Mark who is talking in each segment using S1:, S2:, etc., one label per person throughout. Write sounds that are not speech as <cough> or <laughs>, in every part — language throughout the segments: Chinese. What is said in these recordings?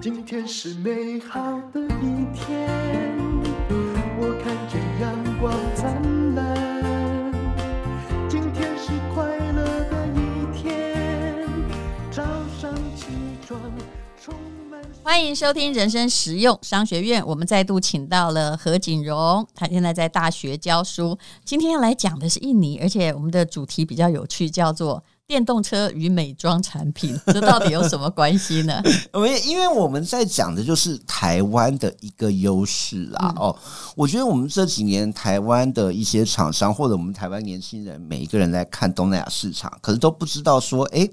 S1: 今天是美好的一天，我看见阳光灿烂。今天是快乐的一天，早上起床充满。
S2: 欢迎收听人生实用商学院，我们再度请到了何锦荣，他现在在大学教书。今天要来讲的是印尼，而且我们的主题比较有趣，叫做电动车与美妆产 <laughs> 品，这到底有什么关系呢？
S3: 因为因为 <laughs> 我们在讲的就是台湾的一个优势啦、
S2: 嗯
S3: 哦，我觉得我们这几年台湾的一些厂商或者我们台湾年轻人每一个人来看东南亚市场，可是都不知道说，诶，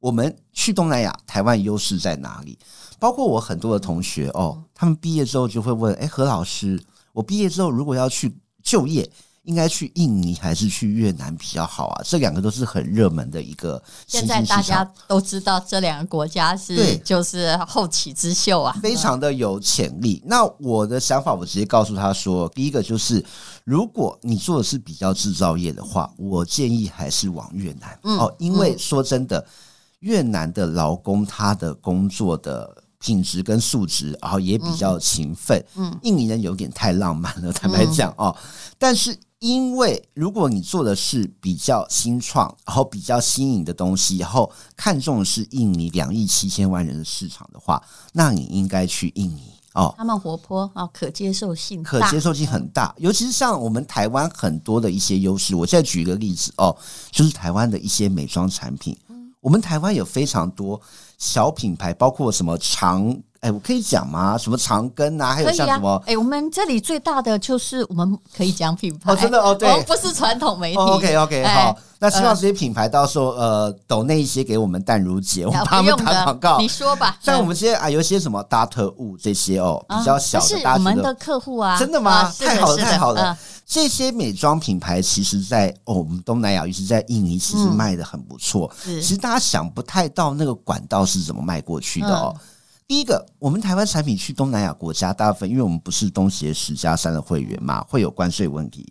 S3: 我们去东南亚，台湾优势在哪里？包括我很多的同学哦，
S2: 嗯
S3: 他们毕业之后就会问，诶，何老师，我毕业之后如果要去就业。应该去印尼还是去越南比较好啊？这两个都是很热门的一个新
S2: 现
S3: 兴市
S2: 在
S3: 场。
S2: 大家都知道这两个国家是
S3: 对
S2: 就是后起之秀啊，
S3: 非常的有潜力。那我的想法，我直接告诉他说，第一个就是，如果你做的是比较制造业的话，我建议还是往越南、哦，因为说真的，越南的劳工他的工作的。品质跟素质，然后也比较勤奋。嗯，印尼人有点太浪漫了，坦白讲哦。但是因为如果你做的是比较新创，然后比较新颖的东西，然后看中的是印尼两亿七千万人的市场的话，那你应该去印尼哦。
S2: 他们活泼啊，可接受性
S3: 可
S2: 大
S3: 接受性很大，尤其是像我们台湾很多的一些优势。我再举一个例子哦，就是台湾的一些美妆产品，我们台湾有非常多小品牌，包括什么长，哎，我可以讲吗？什么长根啊，还有
S2: 可以
S3: 像
S2: 啊
S3: 什么，
S2: 哎、我们这里最大的就是我们可以讲品牌
S3: 哦真的哦对
S2: 我们不是传统媒体。
S3: o k OK，
S2: 哎
S3: 哦好，那希望这些品牌到时候呃，抖那一些给我们淡如姐，我们
S2: 啊
S3: 帮他
S2: 不
S3: 们
S2: 用
S3: 打
S2: 的
S3: 广告
S2: 你。说吧。
S3: 像我们这些啊，有一些什么大特务这些哦，比较小
S2: 啊
S3: 的
S2: 那是
S3: 大
S2: 我们
S3: 学
S2: 的客户啊，
S3: 真的吗
S2: 啊是的
S3: 太好了
S2: 是的
S3: 太好了
S2: 啊
S3: 这些美妆品牌，其实在，哦、我们东南亚，尤其在印尼，其实卖的很不错。
S2: 嗯是
S3: 其实大家想不太到那个管道是怎么卖过去的
S2: 嗯
S3: 哦。第一个，我们台湾产品去东南亚国家，大部分因为我们不是东协十加三的会员嘛，会有关税问题。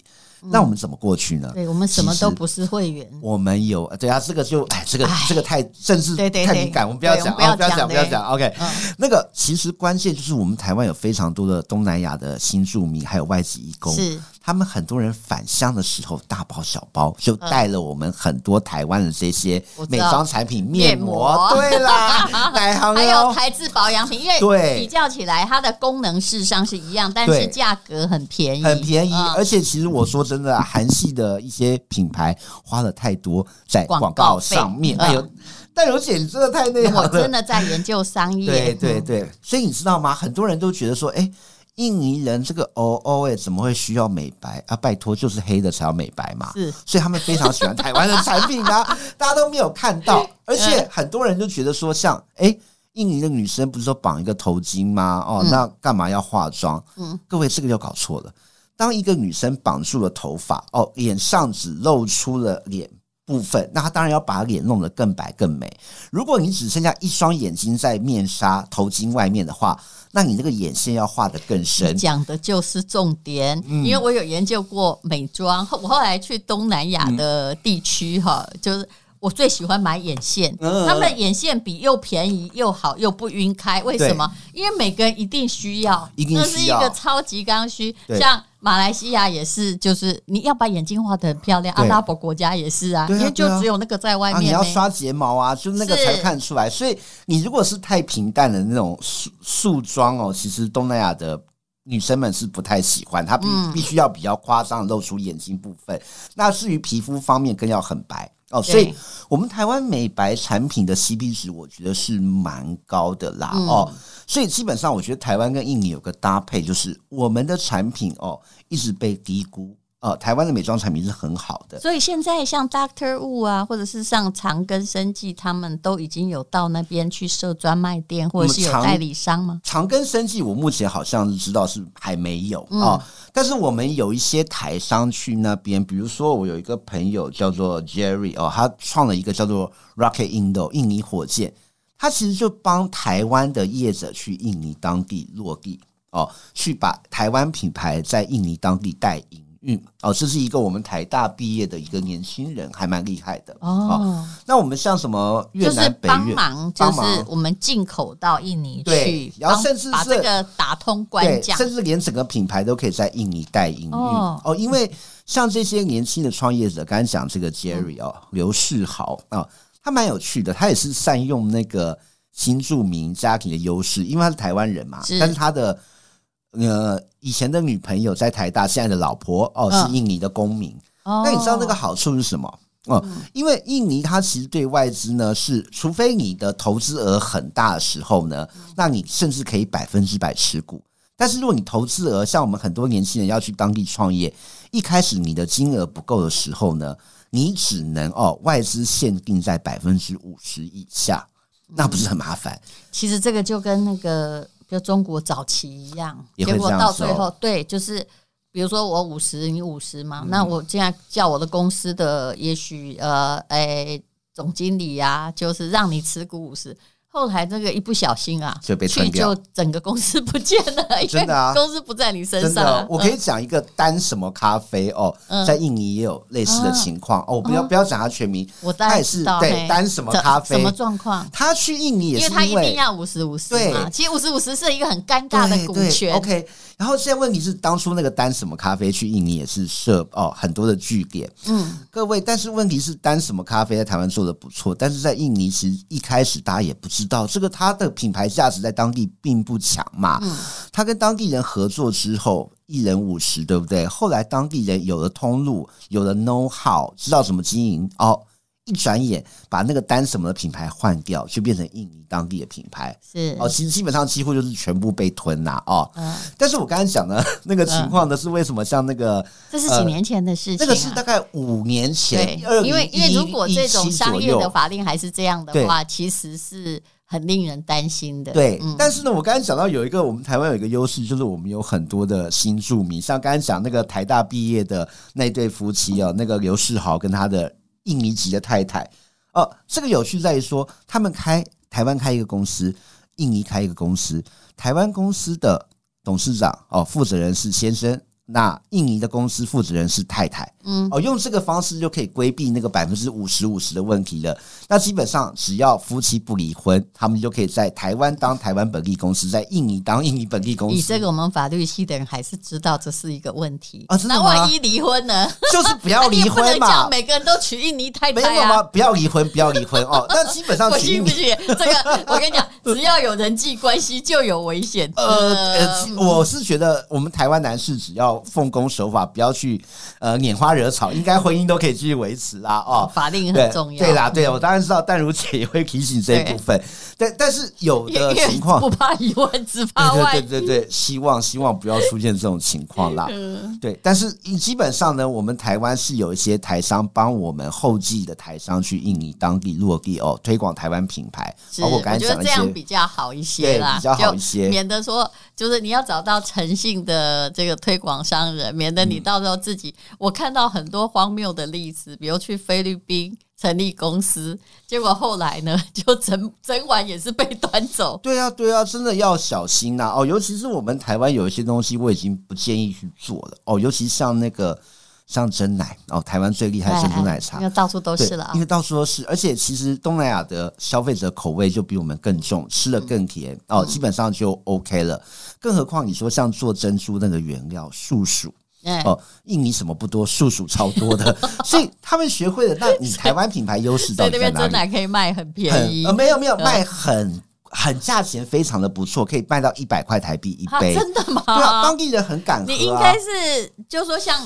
S3: 那我们怎么过去呢？
S2: 嗯对我们什么都
S3: 其实
S2: 不是会员，
S3: 我们有，对啊，这个就哎，这个
S2: 哎
S3: 这个太政治
S2: 对对对
S3: 太敏感，我们不要
S2: 对
S3: 讲，
S2: 我们
S3: 啊
S2: 不
S3: 不
S2: 要
S3: 要
S2: 讲
S3: 讲，不要
S2: 对
S3: 讲。OK，
S2: 嗯
S3: <laughs> 那个其实关键就是我们台湾有非常多的东南亚的新住民，还有外籍义工，
S2: 是
S3: 他们很多人返乡的时候大包小包就带了我们很多台湾的这些
S2: 嗯我知
S3: 美
S2: 道
S3: 妆产品、
S2: 面
S3: 面
S2: 膜
S3: 膜，对啦，奶行
S2: 还有
S3: 哟。
S2: 台制保养品，因为
S3: 哦对
S2: 比较起来，它的功能事实上是一样，但是
S3: 对
S2: 价格很便宜，
S3: 很便宜，
S2: 嗯
S3: 而且其实我说真的啊，韩系的一些品牌花了太多在
S2: 广
S3: 广
S2: 告
S3: 告
S2: 费
S3: 上面。哎呦
S2: 嗯，
S3: 戴柔姐，你真的太内行
S2: 我
S3: 了，
S2: 真的在研究商业，嗯
S3: 对对对，所以你知道吗？很多人都觉得说，哎、印尼人这个哦哦哎，怎么会需要美白啊？拜托，就是黑的才要美白嘛。
S2: 是
S3: 所以他们非常喜欢台湾的产品啊，大家都没有看到，而且很多人就觉得说像，哎。印尼的女生不是说绑一个头巾吗？哦，那干嘛要化妆？嗯，各位这个就搞错了。当一个女生绑住了头发，哦，脸上只露出了脸部分，那她当然要把脸弄得更白更美。如果你只剩下一双眼睛在面纱、头巾外面的话，那你那个眼线要画得更深。
S2: 讲的就是重点，
S3: 嗯
S2: 因为我有研究过美妆，后我后来去东南亚的地区哈，就是。我最喜欢买眼线，
S3: 嗯
S2: 他们的眼线笔又便宜又好又不晕开，为什么？因为每个人一定需要，
S3: 一定
S2: 那是一
S3: 需要
S2: 个超级刚需。
S3: 对
S2: 像马来西亚也是，就是你要把眼睛画得很漂亮，阿
S3: 对
S2: 拉伯国家也是啊，
S3: 对啊
S2: 因为就
S3: 对啊
S2: 只有那个在外
S3: 啊，你
S2: 面
S3: 要
S2: 没。
S3: 刷睫毛啊，就那个
S2: 是
S3: 才看出来。所以你如果是太平淡的那种素素妆哦，其实东南亚的女生们是不太喜欢，她必
S2: 嗯
S3: 必须要比较夸张，露出眼睛部分。那至于皮肤方面，更要很白哦。所以
S2: 对
S3: 我们台湾美白产品的 CP 值，我觉得是蛮高的啦、
S2: 嗯
S3: 哦。所以基本上，我觉得台湾跟印尼有个搭配，就是我们的产品哦一直被低估。哦，台湾的美妆产品是很好的，
S2: 所以现在像 Doctor Wu 啊，或者是像长庚生技，他们都已经有到那边去设专卖店，或者是有
S3: 长
S2: 代理商吗？
S3: 长庚生技，我目前好像知道是还没有
S2: 嗯
S3: 啊、哦但是我们有一些台商去那边，比如说我有一个朋友叫做 Jerry 哦，他创了一个叫做 Rocket Indo 印尼火箭，他其实就帮台湾的业者去印尼当地落地哦，去把台湾品牌在印尼当地代营运。运哦，这是一个我们台大毕业的一个年轻人，还蛮厉害的哦。
S2: 哦，
S3: 那我们像什么越
S2: 就是
S3: 南、北
S2: 帮
S3: 越，
S2: 忙，就
S3: 帮
S2: 是
S3: 忙
S2: 我们进口到印尼去
S3: 对，然后甚至
S2: 帮把
S3: 是
S2: 这个打通关
S3: 对，
S2: 将，
S3: 甚至连整个品牌都可以在印尼代营运
S2: 哦
S3: 哦因为像这些年轻的创业者，刚才讲这个 Jerry
S2: 嗯
S3: 哦，刘世豪啊、哦他蛮有趣的，他也是善用那个新住民家庭的优势，因为他是台湾人嘛，
S2: 是
S3: 但是他的。呃，以前的女朋友在台大，现在的老婆哦
S2: 嗯
S3: 是印尼的公民。
S2: 哦嗯
S3: 那你知道那个好处是什么？哦、因为印尼它其实对外资呢是，除非你的投资额很大的时候呢，
S2: 嗯
S3: 那你甚至可以百分之百持股。但是如果你投资额像我们很多年轻人要去当地创业，一开始你的金额不够的时候呢，你只能哦外资限定在百分之五十以下，
S2: 嗯
S3: 那不是很麻烦？
S2: 其实这个就跟那个，比如中国早期一样，
S3: 也会
S2: 结果
S3: 这样
S2: 到
S3: 子哦
S2: 最后，对，就是比如说我五十，你五十
S3: 嗯
S2: 嘛，那我现在叫我的公司的，也许呃，哎，总经理啊，就是让你持股五十。后来这个一不小心啊，
S3: 就被
S2: 去
S3: 吞
S2: 就
S3: 掉
S2: 整个公司不见了，因为
S3: 真的啊
S2: 公司不在你身
S3: 真
S2: 上啊
S3: 的，。哦我可以讲一个单什么咖啡哦，
S2: 嗯
S3: 在印尼也有类似的情况哦，不要不要讲它全名，
S2: 我大
S3: 它
S2: 概
S3: 也
S2: 知
S3: 是
S2: 道
S3: 对
S2: 嘿
S3: 单什么
S2: 怎
S3: 咖啡
S2: 什么状况？
S3: 他去印尼也
S2: 因
S3: 是
S2: 为
S3: 因
S2: 他
S3: 为
S2: 一定要五十五十嘛，
S3: 对
S2: 其实五十五十是一个很尴尬的
S3: 对
S2: 股
S3: 对
S2: 权。
S3: OK，然后现在问题是，当初那个单什么咖啡去印尼也是设哦很多的据点，
S2: 嗯，
S3: 各位，但是问题是单什么咖啡在台湾做的不错，但是在印尼其实一开始大家也不知道这个它的品牌价值在当地并不强嘛，
S2: 嗯
S3: 他跟当地人合作之后。一人五十，对不对？后来当地人有了通路，有了 know how，知道怎么经营哦。一转眼，把那个单什么的品牌换掉，就变成印尼当地的品牌。
S2: 是
S3: 哦，其实基本上几乎就是全部被吞啦、哦。
S2: 嗯
S3: 但是我刚才讲的 <laughs> 那个情况呢，是为什么像那个、
S2: 这是几年嗯前的事情、啊
S3: 呃那个是大概五年前，
S2: 对，因为因为
S3: 2011
S2: 如果这种
S3: 17
S2: 商业
S3: 左
S2: 的
S3: 右
S2: 法令还是这样的话，其实是很令人担心的。嗯
S3: 对，但是呢，我刚才讲到有一个我们台湾有一个优势，就是我们有很多的新住民，像刚才讲那个台大毕业的那对夫妻哦，那个刘世豪跟他的印尼籍的太太，哦，这个有趣在于说，他们开台湾开一个公司，印尼开一个公司，台湾公司的董事长哦，负责人是先生。那印尼的公司负责人是太太，
S2: 嗯
S3: 嗯，哦，用这个方式就可以规避那个百分之五十五十的问题了。那基本上只要夫妻不离婚，他们就可以在台湾当台湾本地公司，在印尼当印尼本地公
S2: 以
S3: 司。
S2: 这个我们法律系的人还是知道这是一个问题。
S3: 啊真的
S2: 那
S3: 吗
S2: 万一离婚呢？
S3: 就是不要
S2: 那 <laughs> 你
S3: 离
S2: 也不能
S3: 婚嘛
S2: 叫，每个人都娶印尼太
S3: 没有
S2: 太
S3: 嘛，
S2: 啊！
S3: 不要离婚，不要离婚哦。那基本上
S2: 不
S3: 娶
S2: 行 <laughs>
S3: 印
S2: 不
S3: 尼
S2: 行，这个我跟你讲，只要有人际关系就有危险。嗯
S3: 呃呃，我是觉得我们台湾男士只要奉公守法，不要去呃拈花惹草，应该婚姻都可以继续维持啦哦。
S2: 法令
S3: 对
S2: 很重要。嗯
S3: 对啦，对啊我当然知道，淡如姐也会提醒这一部分，但但是有
S2: 因
S3: 的
S2: 为
S3: 情况
S2: <laughs> 不，怕一万，只怕万
S3: 对
S2: 一。嗯
S3: 对对对对，希望希望不要出现这种情况啦。对，但是基本上呢，我们台湾是有一些台商帮我们后继的台商去印尼当地落地哦，推广台湾品牌，
S2: 是，
S3: 包
S2: 我
S3: 括哦我刚才
S2: 觉得
S3: 讲的一
S2: 这样比
S3: 些。
S2: 较好一些啦，
S3: 对比较好一些
S2: 就免得说就是你要找到诚信的这个推广商人，免得
S3: 嗯
S2: 你到时候自己。我看到很多荒谬的例子，比如去菲律宾成立公司，结果后来呢，就整整晚也是被端走。
S3: 对啊，对啊，真的要小心呐、哦，尤其是我们台湾有一些东西，我已经不建议去做了哦，尤其像那个像真奶哦，台湾最厉害的珍珠奶茶，
S2: 那哎到处都
S3: 对，
S2: 是了啊
S3: 因。为到处都是，而且其实东南亚的消费者口味就比我们更重，吃的更甜、
S2: 嗯
S3: 哦，基本上就 OK 了。更何况你说像做珍珠那个原料树薯
S2: 哎，
S3: 哦，印尼什么不多，树薯超
S2: <laughs>
S3: 多的，所以他们学会了。那你台湾品牌优势
S2: 所
S3: 到
S2: 以
S3: 底
S2: 那
S3: 在
S2: 边
S3: 哪
S2: 真
S3: 里？
S2: 奶可以卖很便
S3: 很
S2: 宜嗯
S3: 呃，没有没有卖很很价钱非常的不错，可以卖到一百块台币一
S2: 啊，
S3: 杯。
S2: 真的吗？
S3: 对啊，当地人很敢喝、啊。
S2: 你应该是就说像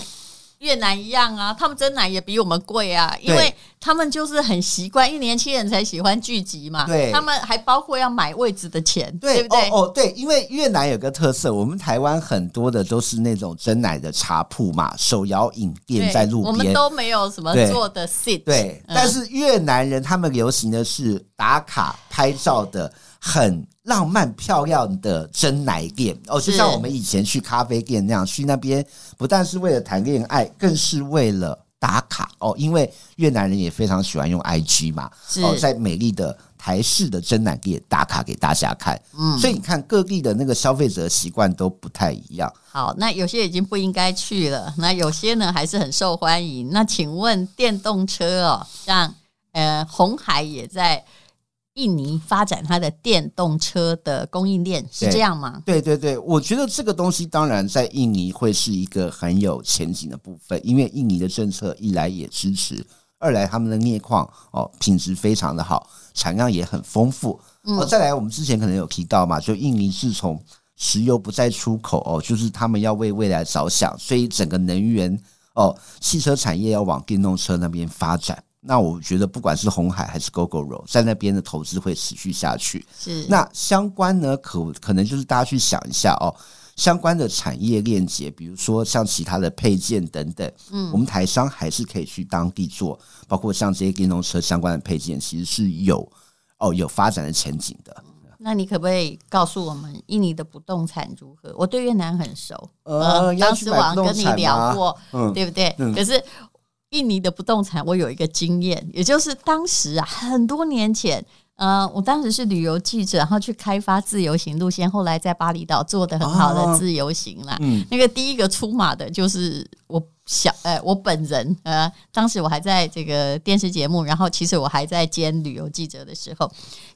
S2: 越南一样啊，他们真奶也比我们贵啊，因为他们就是很习惯，因为年轻人才喜欢聚集嘛。
S3: 对
S2: 他们还包括要买位置的钱，
S3: 对
S2: 不对？
S3: 哦哦，对，因为越南有个特色，我们台湾很多的都是那种真奶的茶铺嘛，手摇饮店
S2: 对
S3: 在路
S2: 我们
S3: 边。
S2: 都没有什么
S3: 对
S2: 做的 sit，
S3: 对，
S2: 嗯
S3: 但是越南人他们流行的是打卡拍照的很浪漫漂亮的真奶店哦，就是像我们以前去咖啡店那样，去那边不但是为了谈恋爱，更是为了打卡哦，因为越南人也非常喜欢用 IG 嘛，
S2: 是
S3: 哦，在美丽的台式的真奶店打卡给大家看，嗯，所以你看各地的那个消费者习惯都不太一样。
S2: 好，那有些已经不应该去了，那有些呢还是很受欢迎。那请问电动车哦，像呃红海也在印尼发展它的电动车的供应链，是
S3: 对
S2: 这样吗？
S3: 对对对，我觉得这个东西当然在印尼会是一个很有前景的部分，因为印尼的政策一来也支持，二来他们的镍矿哦品质非常的好，产量也很丰富。哦，再来我们之前可能有提到嘛，就印尼自从石油不再出口哦，就是他们要为未来着想，所以整个能源哦汽车产业要往电动车那边发展。那我觉得不管是红海还是 GoGoRo，在那边的投资会持续下去。
S2: 是
S3: 那相关呢，可可能就是大家去想一下哦，相关的产业链接，比如说像其他的配件等等，嗯，我们台商还是可以去当地做，包括像这些电动车相关的配件，其实是有哦有发展的前景的。
S2: 那你可不可以告诉我们印尼的不动产如何？我对越南很熟，
S3: 呃
S2: 嗯
S3: 要
S2: 当
S3: 去
S2: 时
S3: 买
S2: 我好像
S3: 不动
S2: 跟你
S3: 产
S2: 聊
S3: 吗
S2: 过，
S3: 嗯
S2: 对不对？
S3: 嗯
S2: 可是印尼的不动产，我有一个经验，也就是当时啊，很多年前。呃，我当时是旅游记者，然后去开发自由行路线，后来在巴厘岛做的很好的
S3: 啊
S2: 自由行啦。
S3: 嗯
S2: 那个第一个出马的就是我小呃我本人呃，当时我还在这个电视节目，然后其实我还在兼旅游记者的时候，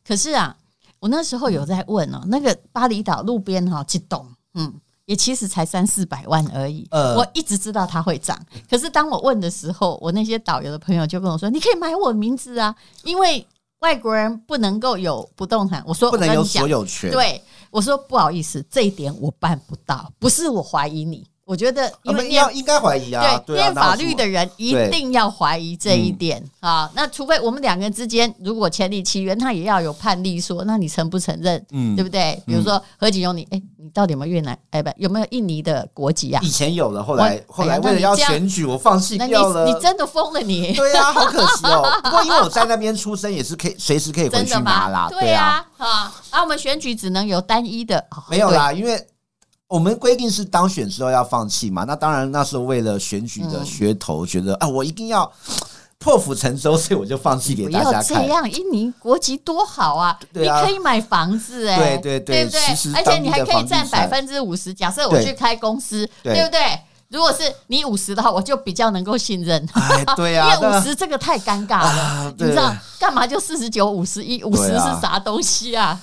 S2: 可是啊，我那时候
S3: 嗯
S2: 有在问哦，那个巴厘岛路边哈、几栋，嗯。也其实才三四百万而已，
S3: 呃
S2: 我一直知道它会涨。可是当我问的时候，我那些导游的朋友就跟我说：“你可以买我名字啊，因为外国人不能够有不动产。”我说：“
S3: 不能
S2: 我跟
S3: 有
S2: 你讲
S3: 所有权，啊
S2: 对，我说不好意思，这一点我办不到，不是我怀疑你，我觉得
S3: 他
S2: 因
S3: 们
S2: 为
S3: 哦要
S2: 念。
S3: 应该怀疑啊，
S2: 对，
S3: 对啊，
S2: 念法律
S3: 哪有什么
S2: 的人一
S3: 对嗯
S2: 定要怀疑这一点啊。那除非我们两个之间如果前理契约，那也要有判例说，那你承不承认，
S3: 嗯
S2: 对不对？比如说何景荣，你哎，你到底有没有越南？哎，不，有没有印尼的国籍啊？
S3: 以前有了，后来
S2: 我
S3: 后
S2: 哎
S3: 来
S2: 呀
S3: 为
S2: 那
S3: 了
S2: 你
S3: 要
S2: 这样
S3: 选举，我放弃
S2: 那你
S3: 掉了。
S2: 你真的疯了你？
S3: <laughs> 对啊，好可惜
S2: <laughs>
S3: 哦。不过因为我在那边出生，也是可以随时可以回
S2: 真
S3: 去
S2: 的
S3: 拿啦
S2: 吗？。
S3: 对啊，
S2: 啊，啊啊！我们选举只能有单一的，哦
S3: 没有啦，因为我们规定是当选之后要放弃嘛。那当然，那时候为了选举
S2: 嗯
S3: 的噱头，觉得啊，我一定要破釜沉舟，所以我就放弃给
S2: 不
S3: 大
S2: 要
S3: 家
S2: 这
S3: 看。
S2: 样，印尼国籍多好啊！
S3: 对啊
S2: 你可以买房子哎、
S3: 对对
S2: 对
S3: 对
S2: 不对
S3: 其实？
S2: 而且你还可以占
S3: 当
S2: 百
S3: 地的房地产
S2: 分之五十。假设我
S3: 对
S2: 去开公司，对
S3: 对
S2: 不对？如果是你五十的话，我就比较能够信任。
S3: 哎，对啊，
S2: 因为
S3: 那啊
S2: 五十这个太尴尬了，你
S3: 对
S2: 知道干嘛就四十九、五十一、五十
S3: 对啊
S2: 是啥东西啊？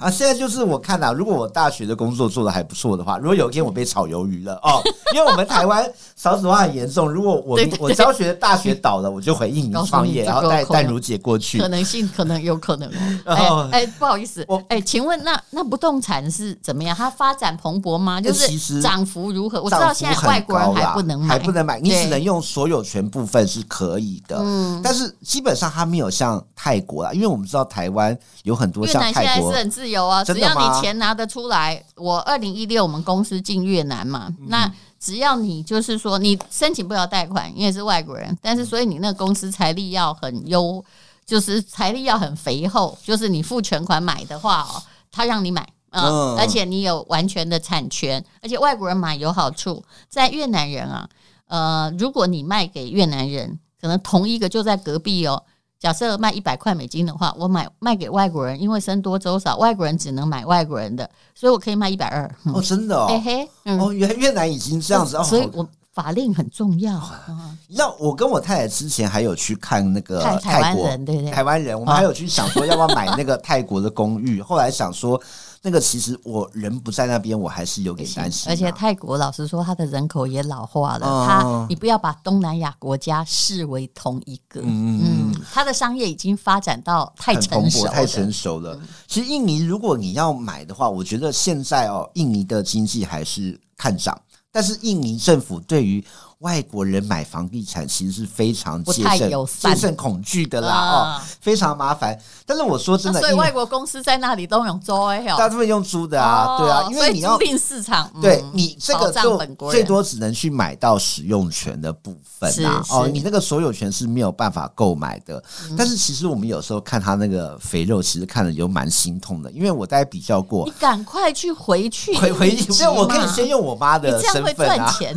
S3: 啊，现在就是我看啊，如果我大学的工作做的还不错的话，如果有一天我被炒鱿鱼了哦， <laughs> 因为我们台湾少子化很严重，如果我
S2: 对对
S3: 我教学的大学倒了，我就回印尼
S2: 告诉
S3: 创
S2: 你
S3: 业，
S2: 这
S3: 然后
S2: 个
S3: 带
S2: 可能
S3: 带如姐过去
S2: 可。能性可能有可能
S3: <laughs> 然后
S2: 哦。哎哎，不好意思
S3: 我，
S2: 哎，请问那那不动产是怎么样？它发展蓬勃吗？就
S3: 哎其
S2: 是
S3: 实
S2: 涨幅如何？我知道
S3: 涨幅
S2: 现在
S3: 很
S2: 外国人
S3: 高啦
S2: 还不能买，
S3: 还不能买，你
S2: 对嗯
S3: 只能用所有权部分是可以的。但是基本上它没有像泰国啦，因为我们知道台湾有很多
S2: 越
S3: 像
S2: 南现
S3: 泰
S2: 在是
S3: 国，
S2: 很自由啊，只
S3: 真的
S2: 要
S3: 吗
S2: 你钱拿得出来。我二零一六我们公司进越南嘛，
S3: 嗯
S2: 那只要你就是说你申请不了贷款，因为是外国人，但是所以你那个公司财力要很优，就是财力要很肥厚，就是你付全款买的话哦，他让你买。啊、
S3: 嗯
S2: 而且你有完全的产权，而且外国人买有好处，在越南人啊，呃，如果你卖给越南人，可能同一个就在隔壁哦。假设卖一百块美金的话，我买卖给外国人，因为僧多粥少，外国人只能买外国人的，所以我可以卖一百二。嗯
S3: 哦，真的
S2: 嘿
S3: 哦，
S2: 嘿，嗯，
S3: 哦，原来越南已经这样子哦。
S2: 所以
S3: 好
S2: 我法令很重要。嗯
S3: 那我跟我太太之前还有去看那个
S2: 看台湾
S3: 呃泰国
S2: 人对不对
S3: 台湾人，我们
S2: 啊
S3: 还有去想说要不要买那个泰国的公寓， <laughs> 后来想说那个其实我人不在那边，我还是有点担心啊。
S2: 而且泰国老实说，它的人口也老化了。
S3: 哦
S2: 它，你不要把东南亚国家视为同一个。嗯，它的商业已经发展到太
S3: 很
S2: 成
S3: 蓬
S2: 熟嗯
S3: 勃，
S2: 了，
S3: 太成熟了。其实印尼如果你要买的话，我觉得现在哦，印尼的经济还是看涨，但是印尼政府对于外国人买房地产其实是非常
S2: 不
S3: 戒
S2: 太
S3: 慎
S2: 友、善
S3: 戒慎恐惧的啦，
S2: 啊
S3: 哦，非常麻烦。但是我说真
S2: 那
S3: 的，
S2: 啊所以
S3: 印
S2: 外国公司在那里都有周哎
S3: 大部分用租的啊，对啊，因为你要
S2: 哦所以租赁市场，嗯
S3: 对你这
S2: 保
S3: 个
S2: 障本
S3: 就
S2: 国
S3: 最
S2: 人
S3: 多只能去买到使用权的部分啊，
S2: 是
S3: 哦，
S2: 是嗯
S3: 你那个所有权是没有办法购买的。但是其实我们有时候看他那个肥肉，其实看了有蛮心痛的，因为我大概比较过
S2: 你，赶快去回去
S3: 回回，
S2: 这
S3: 这样我可以先用我妈
S2: 你
S3: 的
S2: 这样
S3: 身
S2: 会
S3: 份
S2: 赚
S3: 啊，
S2: 钱。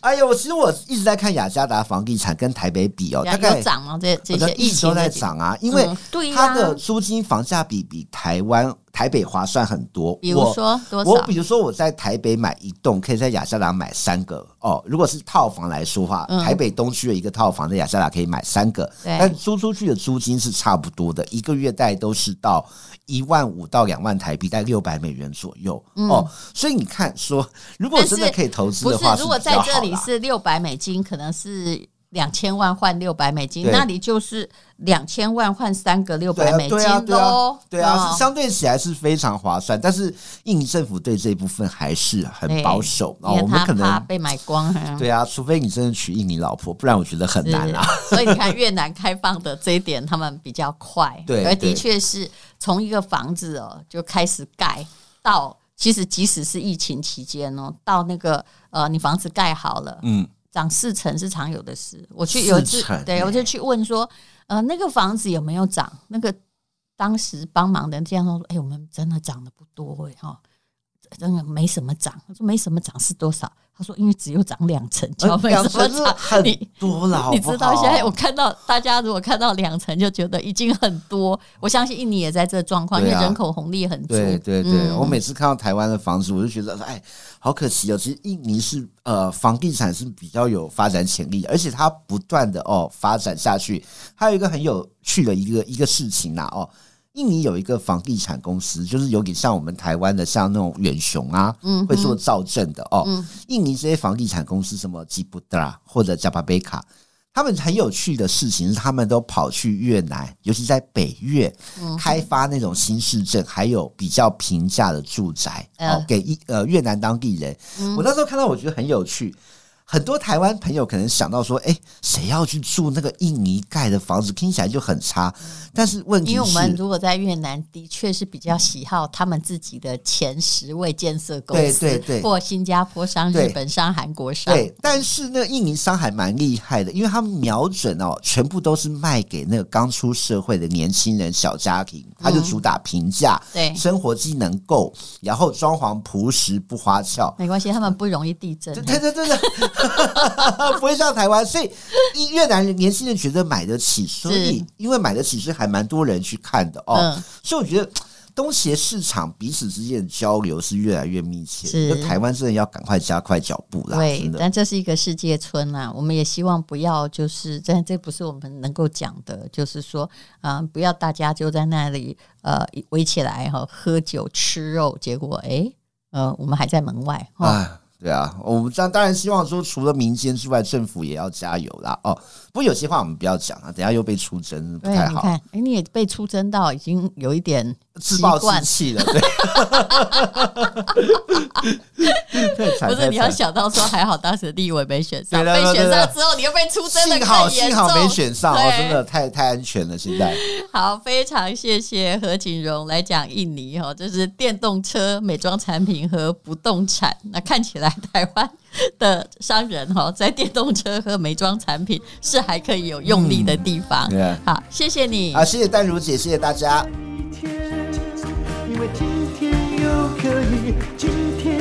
S3: 哎哎呦，其实我一直在看雅加达房地产跟台北比 <laughs> 哦，大概
S2: 有涨吗？这这
S3: 我的
S2: 些
S3: 一
S2: 疫
S3: 直
S2: 情
S3: 都在
S2: 的
S3: 涨啊，因为
S2: 嗯对
S3: 它
S2: 呀
S3: 的租金房价比比台湾台北划算很多。
S2: 比如
S3: 我
S2: 说多
S3: 我
S2: 少
S3: 比如说我在台北买一栋，可以在雅加达买三个哦。如果是套房来说话，
S2: 嗯
S3: 台北东区的一个套房在雅加达可以买三个，
S2: 对
S3: 但租出去的租金是差不多的，一个月大概都是到一万五到两万台币，大概六百美元左右、
S2: 嗯
S3: 哦。所以你看说，如果
S2: 但是
S3: 真的可以投资
S2: 不
S3: 的
S2: 是
S3: 话，，
S2: 如果
S3: 比较
S2: 在
S3: 好
S2: 这里
S3: 啦
S2: 是六百美金，可能是两千万换六百美金，
S3: 对
S2: 那里就是两千万换三个六
S3: 对
S2: 百
S3: 啊
S2: 美金
S3: 对啊，对啊
S2: 喽。，
S3: 对啊，
S2: 嗯
S3: 是相对起来是非常划算，但是印尼政府对这部分还是很
S2: 对
S3: 保守哦，我
S2: 因为
S3: 们
S2: 他
S3: 可
S2: 哎怕
S3: 能
S2: 被买光。嗯
S3: 对啊，除非你真的娶印尼老婆，不然我觉得很
S2: 是
S3: 难啊。
S2: 所以你看越南开放的这一点，他们比较快，
S3: <laughs> 对
S2: 而
S3: 对
S2: 的确是从一个房子哦就开始盖到，其实即使是疫情期间哦，到那个呃你房子盖好了， <laughs>
S3: 嗯，
S2: 涨四成是常有的事。我去有一
S3: 四
S2: 次
S3: 成，
S2: 对
S3: 欸
S2: 我就去问说，呃，那个房子有没有涨？那个当时帮忙的这样说，哎、我们真的涨得不多哎、哈，真的没什么涨。我说没什么涨是多少？他说因为只有涨两成，就没
S3: 呃两
S2: 什么
S3: 成是
S2: 涨。
S3: 很
S2: 你
S3: 多了，好
S2: 你
S3: 不
S2: 知道
S3: 好
S2: 现在我看到大家如果看到两成就觉得已经很多，我相信印尼也在这状况，因
S3: 对
S2: 为
S3: 啊
S2: 人口红利很足。
S3: 对对对，
S2: 嗯
S3: 我每次看到台湾的房子，我就觉得哎，好可惜哦。其实印尼是呃，房地产是比较有发展潜力，而且它不断的哦发展下去。还有一个很有趣的一个一个事情啦、哦。印尼有一个房地产公司，就是有点像我们台湾的，像那种远雄啊，
S2: 嗯哼
S3: 会做造证的哦。
S2: 嗯
S3: 印尼这些房地产公司，什么吉布达拉或者加巴贝卡，他们很有趣的事情是，他们都跑去越南，尤其在北越、
S2: 嗯
S3: 开发那种新市镇，还有比较平价的住宅，
S2: 嗯
S3: 哦，给一呃越南当地人。我那时候看到，我觉得很有趣。很多台湾朋友可能想到说，哎、谁要去住那个印尼盖的房子？听起来就很差。但是问题
S2: 因
S3: 是，
S2: 为我们如果在越南，的确是比较喜好他们自己的前十位建设公司，
S3: 对对对
S2: 或新加坡商、
S3: 对
S2: 日本商、韩国商，
S3: 对，但是那个印尼商还蛮厉害的，因为他们瞄准哦，全部都是卖给那个刚出社会的年轻人、小家庭，他就主打平价，哎
S2: 对
S3: 生活机能够，然后装潢朴实不花俏。
S2: 没关系，他们不容易地震
S3: 对。对对对对， <laughs> 不会像台湾，所以越南人年轻人觉得买得起，所以
S2: 是
S3: 因为买得起，所以还蛮多人去看的哦。
S2: 嗯
S3: 所以我觉得东协市场彼此之间的交流是越来越密切，
S2: 是
S3: 就台湾真的要赶快加快脚步啦，
S2: 对
S3: 真，的。
S2: 但这是一个世界村啊，我们也希望不要就是， <laughs> 但这不是我们能够讲的，就是说，啊、不要大家就在那里呃围起来哈，喝酒吃肉，结果哎，呃，我们还在门外哈。
S3: 啊，对啊，我们当当然希望说，除了民间之外，政府也要加油啦。哦，不过有些话我们不要讲啊，等一下又被出征，不
S2: 对，
S3: 太
S2: 你
S3: 好，
S2: 看，哎，你也被出征到已经有一点
S3: 自
S2: 习
S3: 暴
S2: 惯
S3: 自弃了。对，太惨
S2: 不是，你要
S3: 太惨
S2: 想到说，还好当时立委没选上，
S3: 对对
S2: 被
S3: 对
S2: 选
S3: 对
S2: 上
S3: 对
S2: 之后，你又被出征的
S3: 幸好
S2: 更严
S3: 幸
S2: 重。
S3: 好没选上哦，
S2: 对
S3: 真的太太安全了。现在
S2: <laughs> 好，非常谢谢何景荣来讲印尼哦，这是电动车、美妆产品和不动产。那看起来台湾的商人哦，在电动车和美妆产品是还可以有用力的地方。
S3: 对啊
S2: 好，谢谢你。
S3: 啊，谢谢淡如姐，谢谢大家。
S1: 一天，因为今天又可以，今天